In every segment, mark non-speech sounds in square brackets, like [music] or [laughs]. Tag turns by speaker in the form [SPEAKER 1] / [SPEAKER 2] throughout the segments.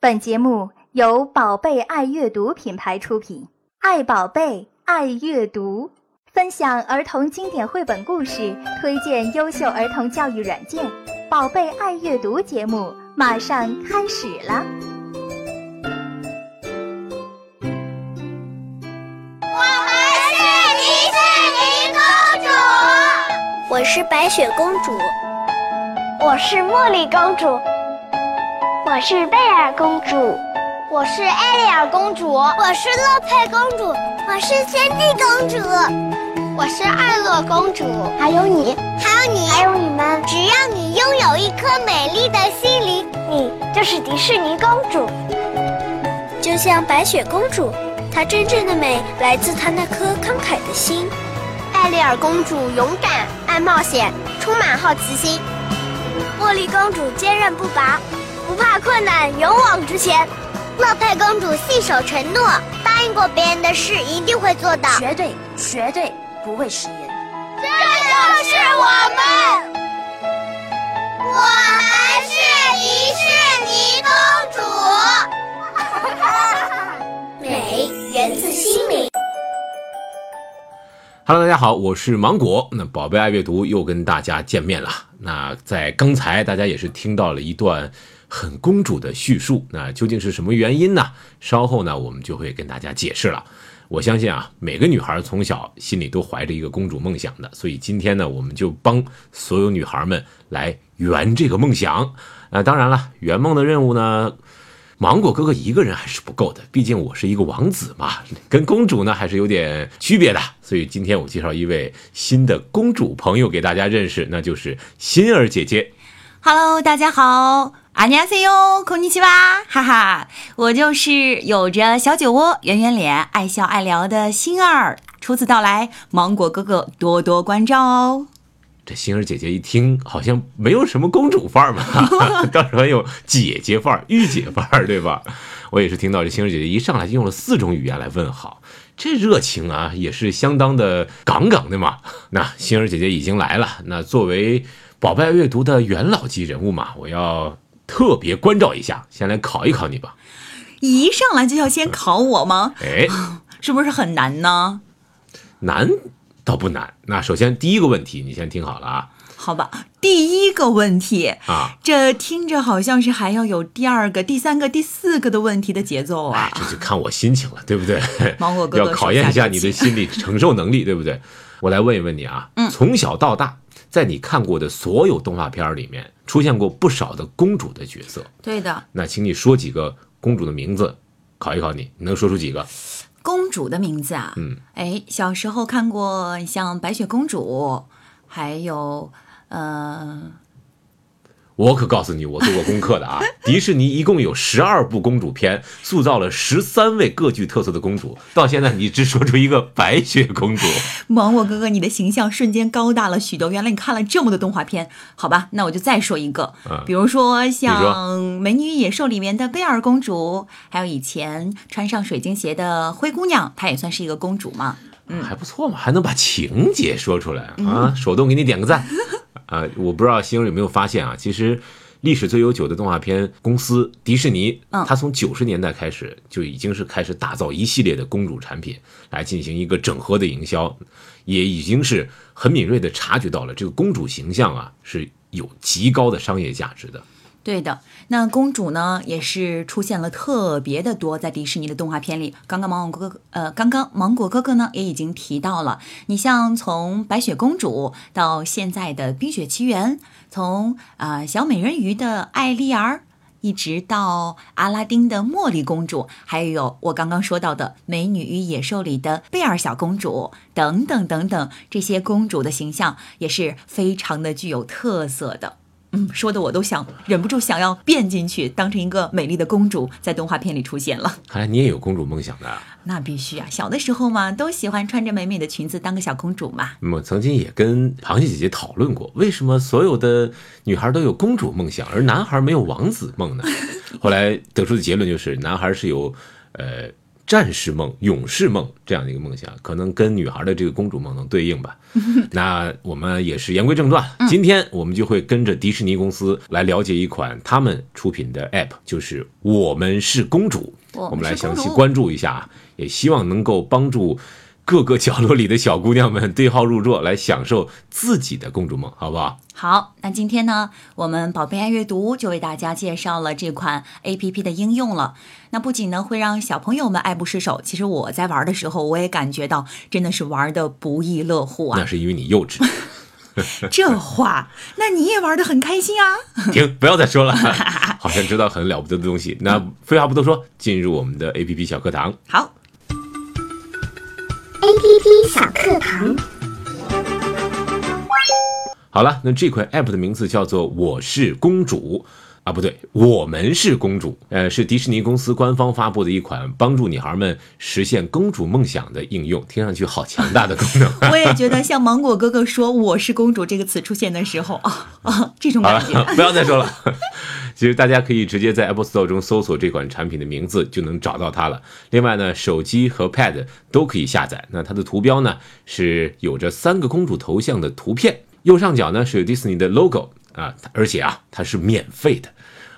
[SPEAKER 1] 本节目由宝贝爱阅读品牌出品，爱宝贝，爱阅读，分享儿童经典绘本故事，推荐优秀儿童教育软件。宝贝爱阅读节目马上开始啦！
[SPEAKER 2] 我们是迪士尼公主，
[SPEAKER 3] 我是白雪公主，
[SPEAKER 4] 我是茉莉公主，
[SPEAKER 5] 我是贝尔公主，
[SPEAKER 6] 我是艾丽尔公主，
[SPEAKER 7] 我是乐佩公主，
[SPEAKER 8] 我是仙蒂公主，
[SPEAKER 9] 我是艾洛公主，
[SPEAKER 10] 还有你，
[SPEAKER 7] 还有你，
[SPEAKER 11] 还有你们！
[SPEAKER 7] 只要你拥有一颗美丽的心灵，
[SPEAKER 12] 你就是迪士尼公主。
[SPEAKER 3] 就像白雪公主。她真正的美来自她那颗慷慨的心。
[SPEAKER 13] 艾丽尔公主勇敢、爱冒险，充满好奇心；
[SPEAKER 14] 茉莉公主坚韧不拔，不怕困难，勇往直前；
[SPEAKER 7] 乐佩公主信守承诺，答应过别人的事一定会做到，
[SPEAKER 15] 绝对绝对不会食言。
[SPEAKER 2] 这就是我们，
[SPEAKER 7] 我们是迪士尼公主。
[SPEAKER 3] [laughs] 美源自心灵。
[SPEAKER 16] Hello，大家好，我是芒果。那宝贝爱阅读又跟大家见面了。那在刚才大家也是听到了一段很公主的叙述，那究竟是什么原因呢？稍后呢，我们就会跟大家解释了。我相信啊，每个女孩从小心里都怀着一个公主梦想的，所以今天呢，我们就帮所有女孩们来圆这个梦想。那当然了，圆梦的任务呢。芒果哥哥一个人还是不够的，毕竟我是一个王子嘛，跟公主呢还是有点区别的。所以今天我介绍一位新的公主朋友给大家认识，那就是欣儿姐姐。
[SPEAKER 17] Hello，大家好，안녕하세요空尼奇哇，哈哈，我就是有着小酒窝、圆圆脸、爱笑爱聊的欣儿。初次到来，芒果哥哥多多关照哦。
[SPEAKER 16] 这星儿姐姐一听，好像没有什么公主范儿嘛，倒是很有姐姐范儿、御姐范儿，对吧？我也是听到这星儿姐姐一上来就用了四种语言来问好，这热情啊，也是相当的杠杠的嘛。那星儿姐姐已经来了，那作为宝贝阅读的元老级人物嘛，我要特别关照一下，先来考一考你吧。
[SPEAKER 17] 一上来就要先考我吗？
[SPEAKER 16] 哎，
[SPEAKER 17] 是不是很难呢？
[SPEAKER 16] 难。倒不难。那首先第一个问题，你先听好了啊。
[SPEAKER 17] 好吧，第一个问题
[SPEAKER 16] 啊，
[SPEAKER 17] 这听着好像是还要有第二个、第三个、第四个的问题的节奏啊。
[SPEAKER 16] 哎、这就看我心情了，对不对？
[SPEAKER 17] [laughs] 芒果哥
[SPEAKER 16] 要
[SPEAKER 17] 哥
[SPEAKER 16] 考验一下你的心理承受能力，对不对？我来问一问你啊，
[SPEAKER 17] 嗯，
[SPEAKER 16] 从小到大，在你看过的所有动画片里面，出现过不少的公主的角色。
[SPEAKER 17] 对的。
[SPEAKER 16] 那请你说几个公主的名字，考一考你，你能说出几
[SPEAKER 17] [laughs]
[SPEAKER 16] 个？
[SPEAKER 17] 公主的名字啊，
[SPEAKER 16] 嗯，
[SPEAKER 17] 哎，小时候看过像白雪公主，还有呃，
[SPEAKER 16] 我可告诉你，我做过功课的啊。迪士尼一共有十二部公主片，塑造了十三位各具特色的公主。到现在，你只说出一个白雪公主。
[SPEAKER 17] 芒果哥哥，你的形象瞬间高大了许多。原来你看了这么多动画片，好吧，那我就再说一个，
[SPEAKER 16] 嗯、
[SPEAKER 17] 比如说像
[SPEAKER 16] 《
[SPEAKER 17] 美女与野兽》里面的贝尔公主，还有以前穿上水晶鞋的灰姑娘，她也算是一个公主嘛。嗯，
[SPEAKER 16] 还不错嘛，还能把情节说出来啊！手动给你点个赞。啊、呃，我不知道星儿有没有发现啊，其实历史最悠久的动画片公司迪士尼，
[SPEAKER 17] 嗯
[SPEAKER 16] 它从九十年代开始就已经是开始打造一系列的公主产品来进行一个整合的营销，也已经是很敏锐的察觉到了这个公主形象啊是有极高的商业价值的。
[SPEAKER 17] 对的，那公主呢也是出现了特别的多，在迪士尼的动画片里。刚刚芒果哥哥，呃，刚刚芒果哥哥呢也已经提到了，你像从白雪公主到现在的《冰雪奇缘》，从啊、呃、小美人鱼的艾丽儿，一直到阿拉丁的茉莉公主，还有我刚刚说到的《美女与野兽》里的贝尔小公主等等等等，这些公主的形象也是非常的具有特色的。嗯，说的我都想忍不住想要变进去，当成一个美丽的公主在动画片里出现了。
[SPEAKER 16] 看来你也有公主梦想的、啊。
[SPEAKER 17] 那必须啊，小的时候嘛，都喜欢穿着美美的裙子当个小公主嘛。
[SPEAKER 16] 我曾经也跟螃蟹姐姐讨论过，为什么所有的女孩都有公主梦想，而男孩没有王子梦呢？后来得出的结论就是，男孩是有，呃。战士梦、勇士梦这样的一个梦想，可能跟女孩的这个公主梦能对应 [laughs] 吧。那我们也是言归正传，今天我们就会跟着迪士尼公司来了解一款他们出品的 App，就是《我们是公主》，我们来详细关注一下啊，也希望能够帮助。各个角落里的小姑娘们对号入座，来享受自己的公主梦，好不好？
[SPEAKER 17] 好，那今天呢，我们宝贝爱阅读就为大家介绍了这款 A P P 的应用了。那不仅呢会让小朋友们爱不释手，其实我在玩的时候，我也感觉到真的是玩的不亦乐乎啊。
[SPEAKER 16] 那是因为你幼稚。
[SPEAKER 17] 这话，那你也玩的很开心
[SPEAKER 16] [laughs]
[SPEAKER 17] 啊！
[SPEAKER 16] 停，不要再说了，好像知道很了不得的东西。那废话不多说，进入我们的 A P P 小课堂。
[SPEAKER 17] 好。
[SPEAKER 10] A P P 小
[SPEAKER 16] 啊
[SPEAKER 10] 课堂，
[SPEAKER 16] 好了，那这款 App 的名字叫做《我是公主》啊，不对，我们是公主。呃，是迪士尼公司官方发布的一款帮助女孩们实现公主梦想的应用，听上去好强大的功 [laughs] 能。
[SPEAKER 17] 我也觉得，像芒果哥哥说“我是公主”这个词出现的时候 [laughs] 啊啊，这种感觉。
[SPEAKER 16] [laughs] 不要再说了。其实大家可以直接在 Apple Store 中搜索这款产品的名字，就能找到它了。另外呢，手机和 Pad 都可以下载。那它的图标呢是有着三个公主头像的图片，右上角呢是有迪士尼的 logo 啊，而且啊它是免费的。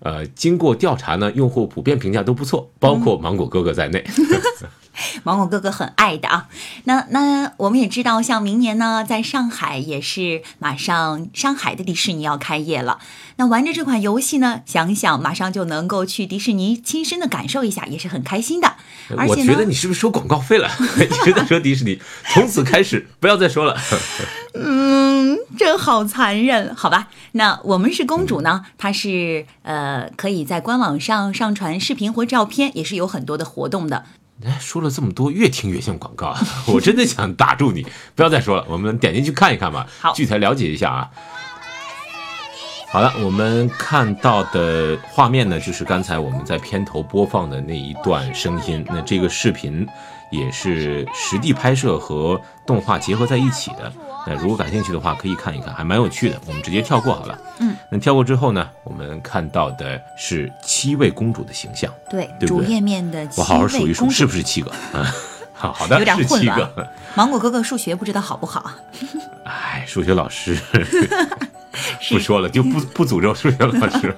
[SPEAKER 16] 呃，经过调查呢，用户普遍评价都不错，包括芒果哥哥在内。
[SPEAKER 17] 嗯 [laughs] 芒果哥哥很爱的啊，那那我们也知道，像明年呢，在上海也是马上上海的迪士尼要开业了。那玩着这款游戏呢，想想马上就能够去迪士尼亲身的感受一下，也是很开心的。而且
[SPEAKER 16] 呃我觉得你是不是收广告费了？ [laughs] 一直在说迪士尼，从此开始不要再说了。
[SPEAKER 17] 嗯，这好残忍，好吧？那我们是公主呢，它是呃可以在官网上上传视频或照片，也是有很多的活动的。
[SPEAKER 16] 哎，说了这么多，越听越像广告啊！ [laughs] 我真的想打住你，不要再说了，我们点进去看一看吧，
[SPEAKER 17] 好，
[SPEAKER 16] 具体了解一下啊。好了，我们看到的画面呢，就是刚才我们在片头播放的那一段声音。那这个视频也是实地拍摄和动画结合在一起的。那如果感兴趣的话，可以看一看，还蛮有趣的。我们直接跳过好了。
[SPEAKER 17] 嗯，
[SPEAKER 16] 那跳过之后呢，我们看到的是七位公主的形象。
[SPEAKER 17] 对，
[SPEAKER 16] 对对
[SPEAKER 17] 主页面的
[SPEAKER 16] 我好好数一数，是不是七个？嗯
[SPEAKER 17] [laughs]
[SPEAKER 16] 好好的，
[SPEAKER 17] 有点混
[SPEAKER 16] 了。
[SPEAKER 17] 芒果哥哥数学不知道好不好？
[SPEAKER 16] 哎，数学老
[SPEAKER 17] [laughs]
[SPEAKER 16] 师不说了，就不不诅咒数学老
[SPEAKER 17] [laughs]
[SPEAKER 16] 师。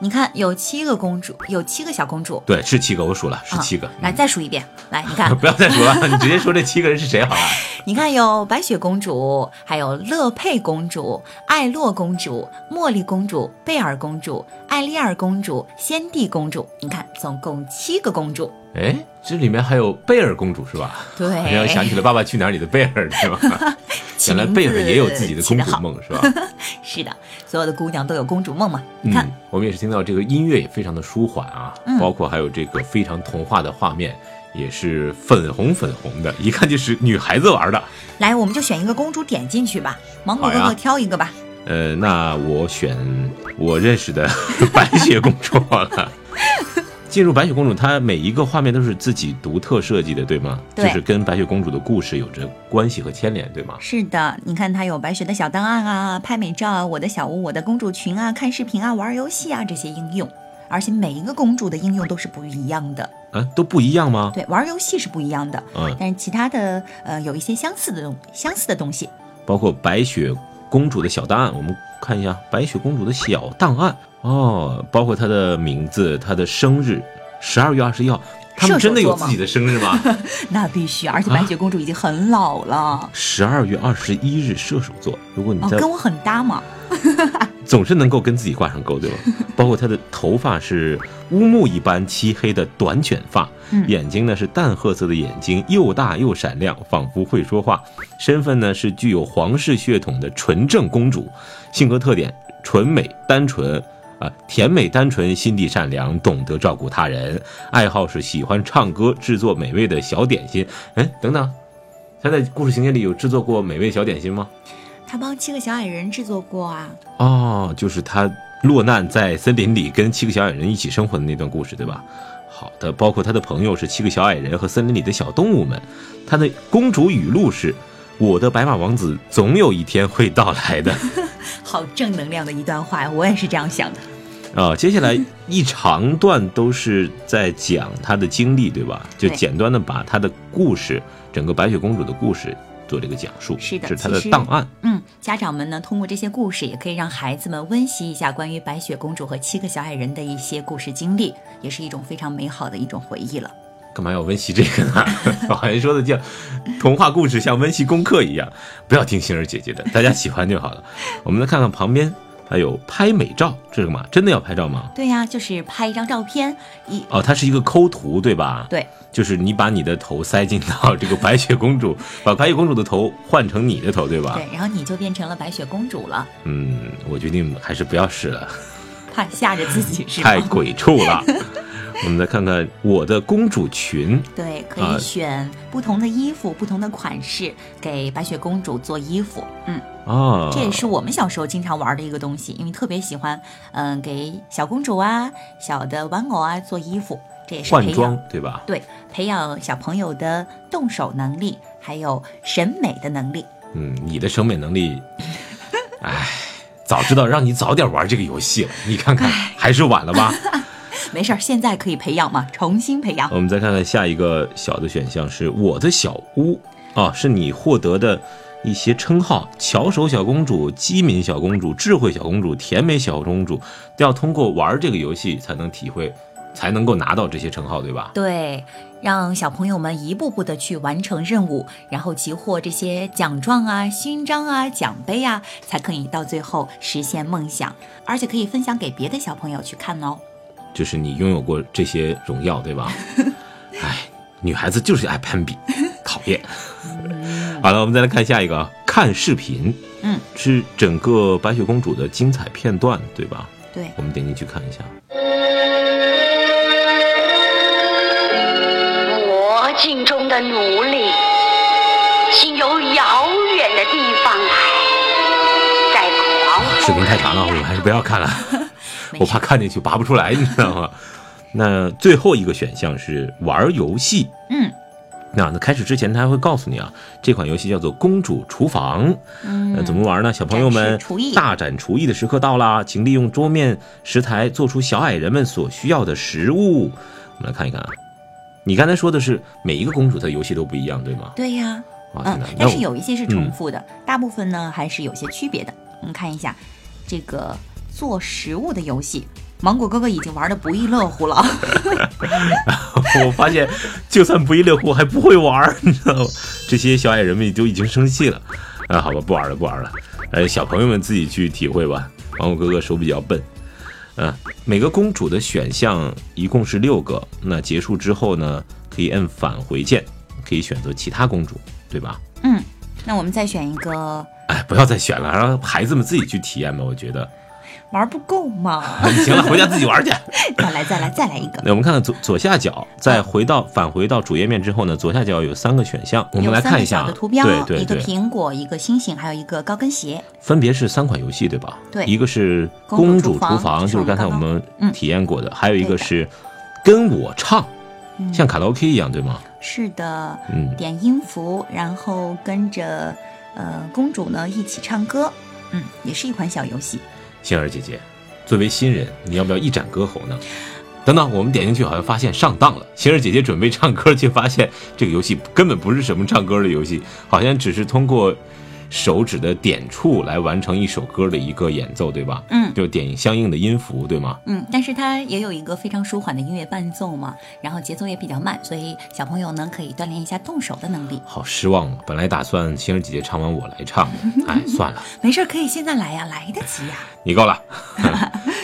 [SPEAKER 17] 你看，有七个公主，有七个小公主。
[SPEAKER 16] 对，是七个，我数了，
[SPEAKER 17] 啊
[SPEAKER 16] 是七个。哦、
[SPEAKER 17] 来，再数一遍。来，你看，
[SPEAKER 16] [laughs] 不要再数了，你直接说这七个人是谁好了。
[SPEAKER 17] 你看，有白雪公主，还有乐佩公主、艾洛公主、茉莉公主、贝尔公主、艾丽尔公主、仙蒂公主。你看，总共七个公主。
[SPEAKER 16] 哎，这里面还有贝尔公主是吧？
[SPEAKER 17] 对，
[SPEAKER 16] 让我想起了《爸爸去哪儿》里的贝尔，对
[SPEAKER 17] [laughs]
[SPEAKER 16] 吧？ [laughs] 原来贝尔也有自己的公主梦是吧？
[SPEAKER 17] 是的，所有的姑娘都有公主梦嘛。你看、
[SPEAKER 16] 嗯，我们也是听到这个音乐也非常的舒缓啊，
[SPEAKER 17] 嗯、
[SPEAKER 16] 包括还有这个非常童话的画面，也是粉红粉红的，一看就是女孩子玩的。
[SPEAKER 17] 来，我们就选一个公主点进去吧，芒果哥哥挑一个吧。
[SPEAKER 16] 呃，那我选我认识的 [laughs] 白雪公主了。进入白雪公主，它每一个画面都是自己独特设计的，对吗？
[SPEAKER 17] 对，
[SPEAKER 16] 就是跟白雪公主的故事有着关系和牵连，对吗？
[SPEAKER 17] 是的，你看它有白雪的小档案啊，拍美照啊，我的小屋，我的公主群啊，看视频啊，玩游戏啊这些应用，而且每一个公主的应用都是不一样的。
[SPEAKER 16] 啊，都不一样吗？
[SPEAKER 17] 对，玩游戏是不一样的，
[SPEAKER 16] 嗯，
[SPEAKER 17] 但是其他的呃有一些相似的东相似的东西，
[SPEAKER 16] 包括白雪公主的小档案，我们看一下白雪公主的小档案。哦，包括她的名字、她的生日，十二月二十一号，他们真的有自己的生日吗？ [laughs]
[SPEAKER 17] 吗那必须，而且白雪公主已经很老了。
[SPEAKER 16] 十二、啊、月二十一日，射手座。如果你在、
[SPEAKER 17] 哦、跟我很搭嘛，
[SPEAKER 16] 总是能够跟自己挂上钩，对吧？包括她的头发是乌木一般漆黑的短卷发，
[SPEAKER 17] 嗯、
[SPEAKER 16] 眼睛呢是淡褐色的眼睛，又大又闪亮，仿佛会说话。身份呢是具有皇室血统的纯正公主，性格特点纯美单纯。啊，甜美单纯，心地善良，懂得照顾他人，爱好是喜欢唱歌，制作美味的小点心。哎，等等，他在故事情节里有制作过美味小点心吗？
[SPEAKER 17] 他帮七个小矮人制作过啊。
[SPEAKER 16] 哦，就是他落难在森林里，跟七个小矮人一起生活的那段故事，对吧？好的，包括他的朋友是七个小矮人和森林里的小动物们。他的公主语录是：“我的白马王子
[SPEAKER 17] [laughs]
[SPEAKER 16] 总有一天会到来的。”
[SPEAKER 17] 好正能量的一段话，我也是这样想的。
[SPEAKER 16] 啊，接下来一长段都是在讲她的经历，对吧？就简单的把她的故事，整个白雪公主的故事。做这个讲述
[SPEAKER 17] 是的，
[SPEAKER 16] 是他的档案。
[SPEAKER 17] 嗯，家长们呢，通过这些故事，也可以让孩子们温习一下关于白雪公主和七个小矮人的一些故事经历，也是一种非常美好的一种回忆了。
[SPEAKER 16] 干嘛要温习这个呢？ [laughs] 好像说的叫童话故事像温习功课一样，不要听星儿姐姐的，大家喜欢就好了。我们来看看旁边。还有拍美照，这是干嘛？真的要拍照吗？
[SPEAKER 17] 对呀、啊，就是拍一张照片。一
[SPEAKER 16] 哦，它是一个抠图，对吧？
[SPEAKER 17] 对，
[SPEAKER 16] 就是你把你的头塞进
[SPEAKER 17] [laughs]
[SPEAKER 16] 到这个白雪公主，把白雪公主的头换成你的头，对吧？
[SPEAKER 17] 对，然后你就变成了白雪公主了。
[SPEAKER 16] 嗯，我决定还是不要试了，
[SPEAKER 17] 怕吓着自己是
[SPEAKER 16] 太鬼畜
[SPEAKER 17] [laughs]
[SPEAKER 16] 了。我们再看看我的公主裙，
[SPEAKER 17] 对，可以选不同的衣服、呃、不同的款式给白雪公主做衣服。嗯，
[SPEAKER 16] 哦，
[SPEAKER 17] 这也是我们小时候经常玩的一个东西，因为特别喜欢，嗯、呃，给小公主啊、小的玩偶啊做衣服，这也是
[SPEAKER 16] 换装对吧？
[SPEAKER 17] 对，培养小朋友的动手能力，还有审美的能力。
[SPEAKER 16] 嗯，你的审美能力，哎早知道让你早点玩这个游戏了，你看看还是晚了吧。
[SPEAKER 17] 没事儿，现在可以培养嘛，重新培养。
[SPEAKER 16] 我们再看看下一个小的选项是我的小屋啊，是你获得的一些称号：巧手小公主、机敏小公主、智慧小公主、甜美小公主，都要通过玩这个游戏才能体会，才能够拿到这些称号，对吧？
[SPEAKER 17] 对，让小朋友们一步步的去完成任务，然后集获这些奖状啊、勋章啊、奖杯啊，才可以到最后实现梦想，而且可以分享给别的小朋友去看哦。
[SPEAKER 16] 就是你拥有过这些荣耀，对吧？哎，女孩子就是爱攀比，讨厌。好了，我们再来看下一个，啊看视频，
[SPEAKER 17] 嗯，
[SPEAKER 16] 是整个白雪公主的精彩片段，对吧？
[SPEAKER 17] 对，
[SPEAKER 16] 我们点进去看一下。
[SPEAKER 11] 魔镜中的奴隶，请由遥远的地方来，在狂
[SPEAKER 16] 视频太长了，我还是不要看了。我怕看进去拔不出来，你知道吗？那最后一个选项是玩游戏。啊
[SPEAKER 17] 嗯，
[SPEAKER 16] 那那开始之前他会告诉你啊，这款游戏叫做《公主厨房》。
[SPEAKER 17] 嗯，
[SPEAKER 16] 那怎么玩呢？小朋友们大展厨艺的时刻到啦，请利用桌面食材做出小矮人们所需要的食物。我们来看一看啊，你刚才说的是每一个公主的游戏都不一样，对吗？
[SPEAKER 17] 对呀、
[SPEAKER 16] 啊。
[SPEAKER 17] 嗯，但是有一些是重复的，嗯、大部分呢还是有些区别的。我们看一下这个。做食物的游戏，芒果哥哥已经玩的不亦乐乎了。 [laughs]
[SPEAKER 16] [laughs] 我发现，就算不亦乐乎，还不会玩，你知道吗？这些小矮人们都已经生气了。啊，好吧，不玩了，不玩了。呃，小朋友们自己去体会吧。芒果哥哥手比较笨。嗯、啊，每个公主的选项一共是六个。那结束之后呢，可以按返回键，可以选择其他公主，对吧？
[SPEAKER 17] 嗯，那我们再选一个。
[SPEAKER 16] 哎，不要再选了，让孩子们自己去体验吧。我觉得。啊
[SPEAKER 17] 玩不够嘛？
[SPEAKER 16] 行了，回家自己玩去。
[SPEAKER 17] 再来，再来，再来一个。
[SPEAKER 16] 那我们看看左左下角，再回到返回到主页面之后呢，左下角有三个选项，我们来看一下啊
[SPEAKER 17] 的图标，
[SPEAKER 16] 对对对，
[SPEAKER 17] 一个苹果，一个星星，还有一个高跟鞋，
[SPEAKER 16] 分别是三款游戏，对吧？
[SPEAKER 17] 对，
[SPEAKER 16] 一个是
[SPEAKER 17] 公
[SPEAKER 16] 主厨
[SPEAKER 17] 房，嗯
[SPEAKER 16] 就是刚才我们体验过的，还有一个是跟我唱，
[SPEAKER 17] 嗯
[SPEAKER 16] 像卡拉 OK 一样，对吗？
[SPEAKER 17] 是的，
[SPEAKER 16] 嗯，
[SPEAKER 17] 点音符，然后跟着呃公主呢一起唱歌，嗯，也是一款小游戏。
[SPEAKER 16] 杏儿姐姐，作为新人，你要不要一展歌喉呢？等等，我们点进去好像发现上当了。杏儿姐姐准备唱歌，却发现这个游戏根本不是什么唱歌的游戏，好像只是通过手指的点触来完成一首歌的一个演奏，对吧？
[SPEAKER 17] 嗯，
[SPEAKER 16] 就点相应的音符，对吗？
[SPEAKER 17] 嗯，但是它也有一个非常舒缓的音乐伴奏嘛，然后节奏也比较慢，所以小朋友呢可以锻炼一下动手的能力。
[SPEAKER 16] 好失望啊！本来打算杏儿姐姐唱完我来唱的，哎，算了，
[SPEAKER 17] 没事，可以现在来呀、啊，来得及呀、啊。
[SPEAKER 16] 你够了， [laughs]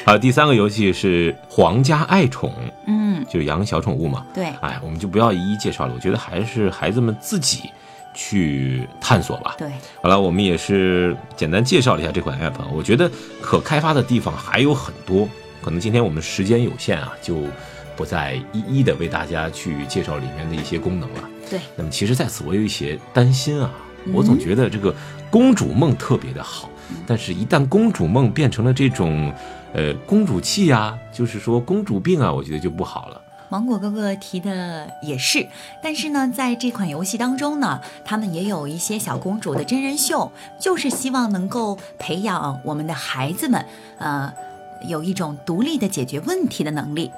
[SPEAKER 16] 啊第三个游戏是皇家爱宠，
[SPEAKER 17] 嗯，
[SPEAKER 16] 就养小宠物嘛。
[SPEAKER 17] 对，
[SPEAKER 16] 哎，我们就不要一一介绍了。我觉得还是孩子们自己去探索吧。
[SPEAKER 17] 对，
[SPEAKER 16] 好了，我们也是简单介绍了一下这款 app，我呃觉得可开发的地方还有很多，可能今天我们时间有限啊，就不再一一的为大家去介绍里面的一些功能了。
[SPEAKER 17] 对，
[SPEAKER 16] 那么其实在此我有一些担心啊，我总觉得这个公主梦特别的好。
[SPEAKER 17] 嗯
[SPEAKER 16] 但是，一旦公主梦变成了这种，呃，公主气啊，就是说公主病啊，我觉得就不好了。
[SPEAKER 17] 芒果哥哥提的也是，但是呢，在这款游戏当中呢，他们也有一些小公主的真人秀，就是希望能够培养我们的孩子们，呃，有一种独立的解决问题的能力。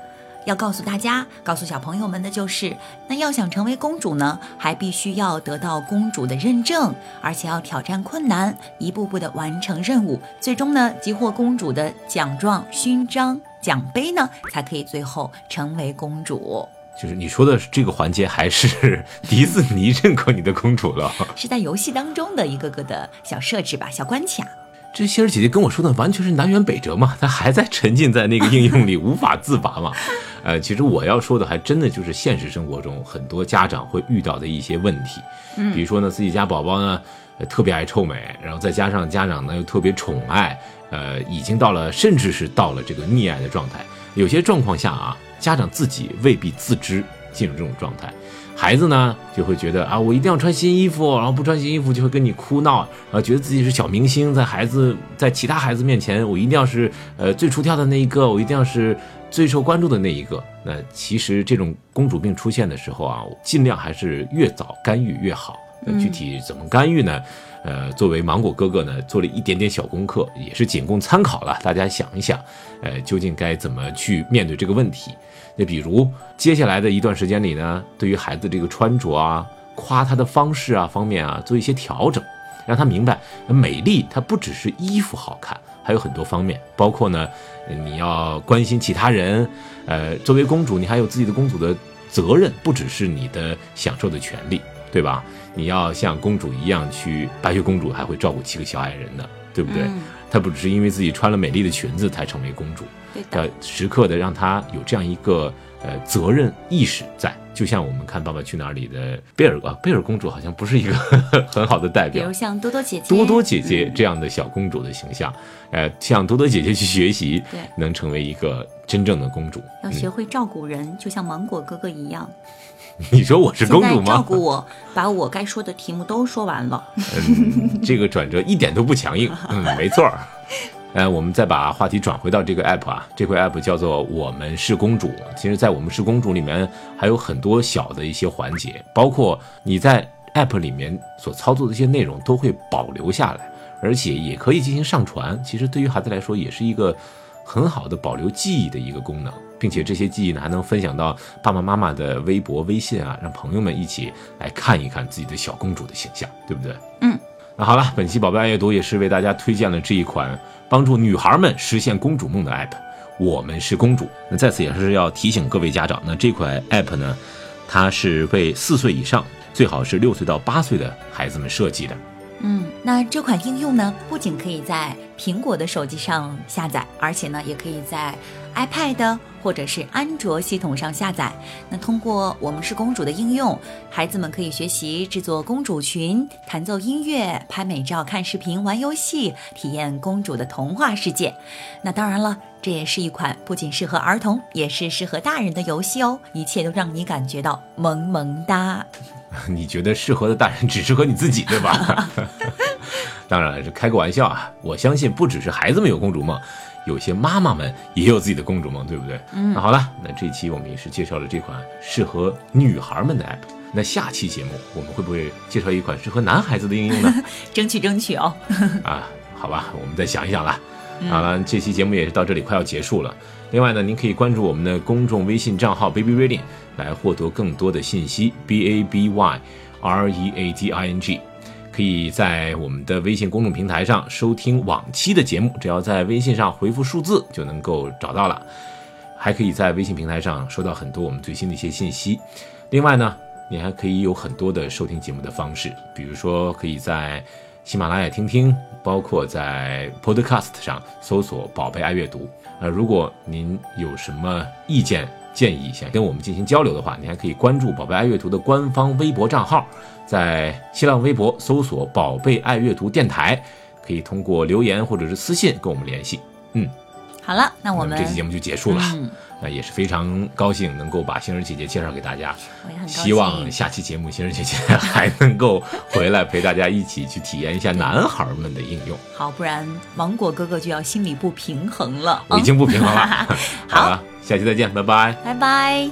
[SPEAKER 17] 要告诉大家，告诉小朋友们的就是，那要想成为公主呢，还必须要得到公主的认证，而且要挑战困难，一步步的完成任务，最终呢，集获公主的奖状、勋章、奖杯呢，才可以最后成为公主。
[SPEAKER 16] 就是你说的这个环节，还是 [laughs] 迪士尼认可你的公主了？
[SPEAKER 17] 是在游戏当中的一个个的小设置吧，小关卡。
[SPEAKER 16] [laughs] 这希尔姐姐跟我说的完全是南辕北辙嘛，她还在沉浸在那个应 [laughs] 用里无法自拔嘛。呃，其实我要说的还真的就是现实生活中很多家长会遇到的一些问题，比如说呢，自己家宝宝呢、呃、特别爱臭美，然后再加上家长呢又特别宠爱，呃，已经到了甚至是到了这个溺爱的状态。有些状况下啊，家长自己未必自知进入这种状态。孩子呢就会觉得啊，我一定要穿新衣服，然后不穿新衣服就会跟你哭闹，然后觉得自己是小明星，在孩子在其他孩子面前，我一定要是呃最出挑的那一个，我一定要是最受关注的那一个。那其实这种公主病出现的时候啊，尽量还是越早干预越好。那具体怎么干预呢？呃，作为芒果哥哥呢，做了一点点小功课，也是仅供参考了。大家想一想，呃，究竟该怎么去面对这个问题？那比如接下来的一段时间里呢，对于孩子这个穿着啊、夸他的方式啊方面啊，做一些调整，让他明白呃美丽它不只是衣服好看，还有很多方面，包括呢，你要关心其他人，呃，作为公主，你还有自己的公主的责任，不只是你的享受的权利，对吧？你要像公主一样去，白雪公主还会照顾七个小矮人呢，对不对？嗯她不只是因为自己穿了美丽的裙子才成为公主，
[SPEAKER 17] 要
[SPEAKER 16] 时刻的让她有这样一个呃责任意识在。就像我们看《爸爸去哪儿》里的贝尔啊，贝尔公主好像不是一个 [laughs] 很好的代表，
[SPEAKER 17] 比如像多多姐姐、嗯
[SPEAKER 16] 多多姐姐这样的小公主的形象，嗯、呃，向多多姐姐去学习，
[SPEAKER 17] 对，
[SPEAKER 16] 能成为一个真正的公主，
[SPEAKER 17] 要学会照顾人，嗯、就像芒果哥哥一样。
[SPEAKER 16] 嗯你说我是公主吗？
[SPEAKER 17] 照顾我，把我该说的题目都说完了。
[SPEAKER 16] 嗯，这个转折一点都不强硬。嗯，没错儿。呃，我们再把话题转回到这个 app 啊，这个 app 叫做“我们是公主”。其实，在“我们是公主”里面还有很多小的一些环节，包括你在 app 里面所操作的一些内容都会保留下来，而且也可以进行上传。其实对于孩子来说，也是一个很好的保留记忆的一个功能。并且这些记忆呢，还能分享到爸爸妈妈的微博、微信啊，让朋友们一起来看一看自己的小公主的形象，对不对？
[SPEAKER 17] 嗯，
[SPEAKER 16] 那好了，本期宝贝爱阅读也是为大家推荐了这一款帮助女孩们实现公主梦的 app，我们是公主。那在此也是要提醒各位家长，那这款 app 呢，它是为四岁以上，最好是六岁到八岁的孩子们设计的。
[SPEAKER 17] 嗯，那这款应用呢，不仅可以在苹果的手机上下载，而且呢，也可以在 iPad 或者是安卓系统上下载。那通过“我们是公主”的应用，孩子们可以学习制作公主裙、弹奏音乐、拍美照、看视频、玩游戏，体验公主的童话世界。那当然了，这也是一款不仅适合儿童，也是适合大人的游戏哦，一切都让你感觉到萌萌哒。
[SPEAKER 16] [laughs] 你觉得适合的大人只适合你自己，对吧？ [laughs] 当然了，这开个玩笑啊！我相信不只是孩子们有公主梦，有些妈妈们也有自己的公主梦，对不对？
[SPEAKER 17] 嗯。
[SPEAKER 16] 那好了，那这期我们也是介绍了这款适合女孩们的 app。那下期节目我们会不会介绍一款适合男孩子的应用呢？
[SPEAKER 17] 争取争取哦！
[SPEAKER 16] [laughs] 啊，好吧，我们再想一想啦。好了，这期节目也是到这里快要结束了。另外呢，您可以关注我们的公众微信账号 Baby Reading 来获得更多的信息。B A B Y R E A D I N G，可以在我们的微信公众平台上收听往期的节目，只要在微信上回复数字就能够找到了。还可以在微信平台上收到很多我们最新的一些信息。另外呢，你还可以有很多的收听节目的方式，比如说可以在。喜马拉雅听听，包括在 Podcast 上搜索“宝贝爱阅读”。呃，如果您有什么意见建议，想跟我们进行交流的话，您还可以关注“宝贝爱阅读”的官方微博账号，在新浪微博搜索“宝贝爱阅读电台”，可以通过留言或者是私信跟我们联系。嗯，
[SPEAKER 17] 好了，那我们
[SPEAKER 16] 这期节目就结束了。
[SPEAKER 17] 嗯
[SPEAKER 16] 那也是非常高兴能够把星儿姐姐介绍给大家，希望下期节目星儿姐姐还能够回来陪大家一起去体验一下男孩们的应用。
[SPEAKER 17] 好，不然芒果哥哥就要心里不平衡了。
[SPEAKER 16] 我已经不平衡了。[laughs]
[SPEAKER 17] 好
[SPEAKER 16] 了，下期再见，拜拜，
[SPEAKER 17] 拜拜。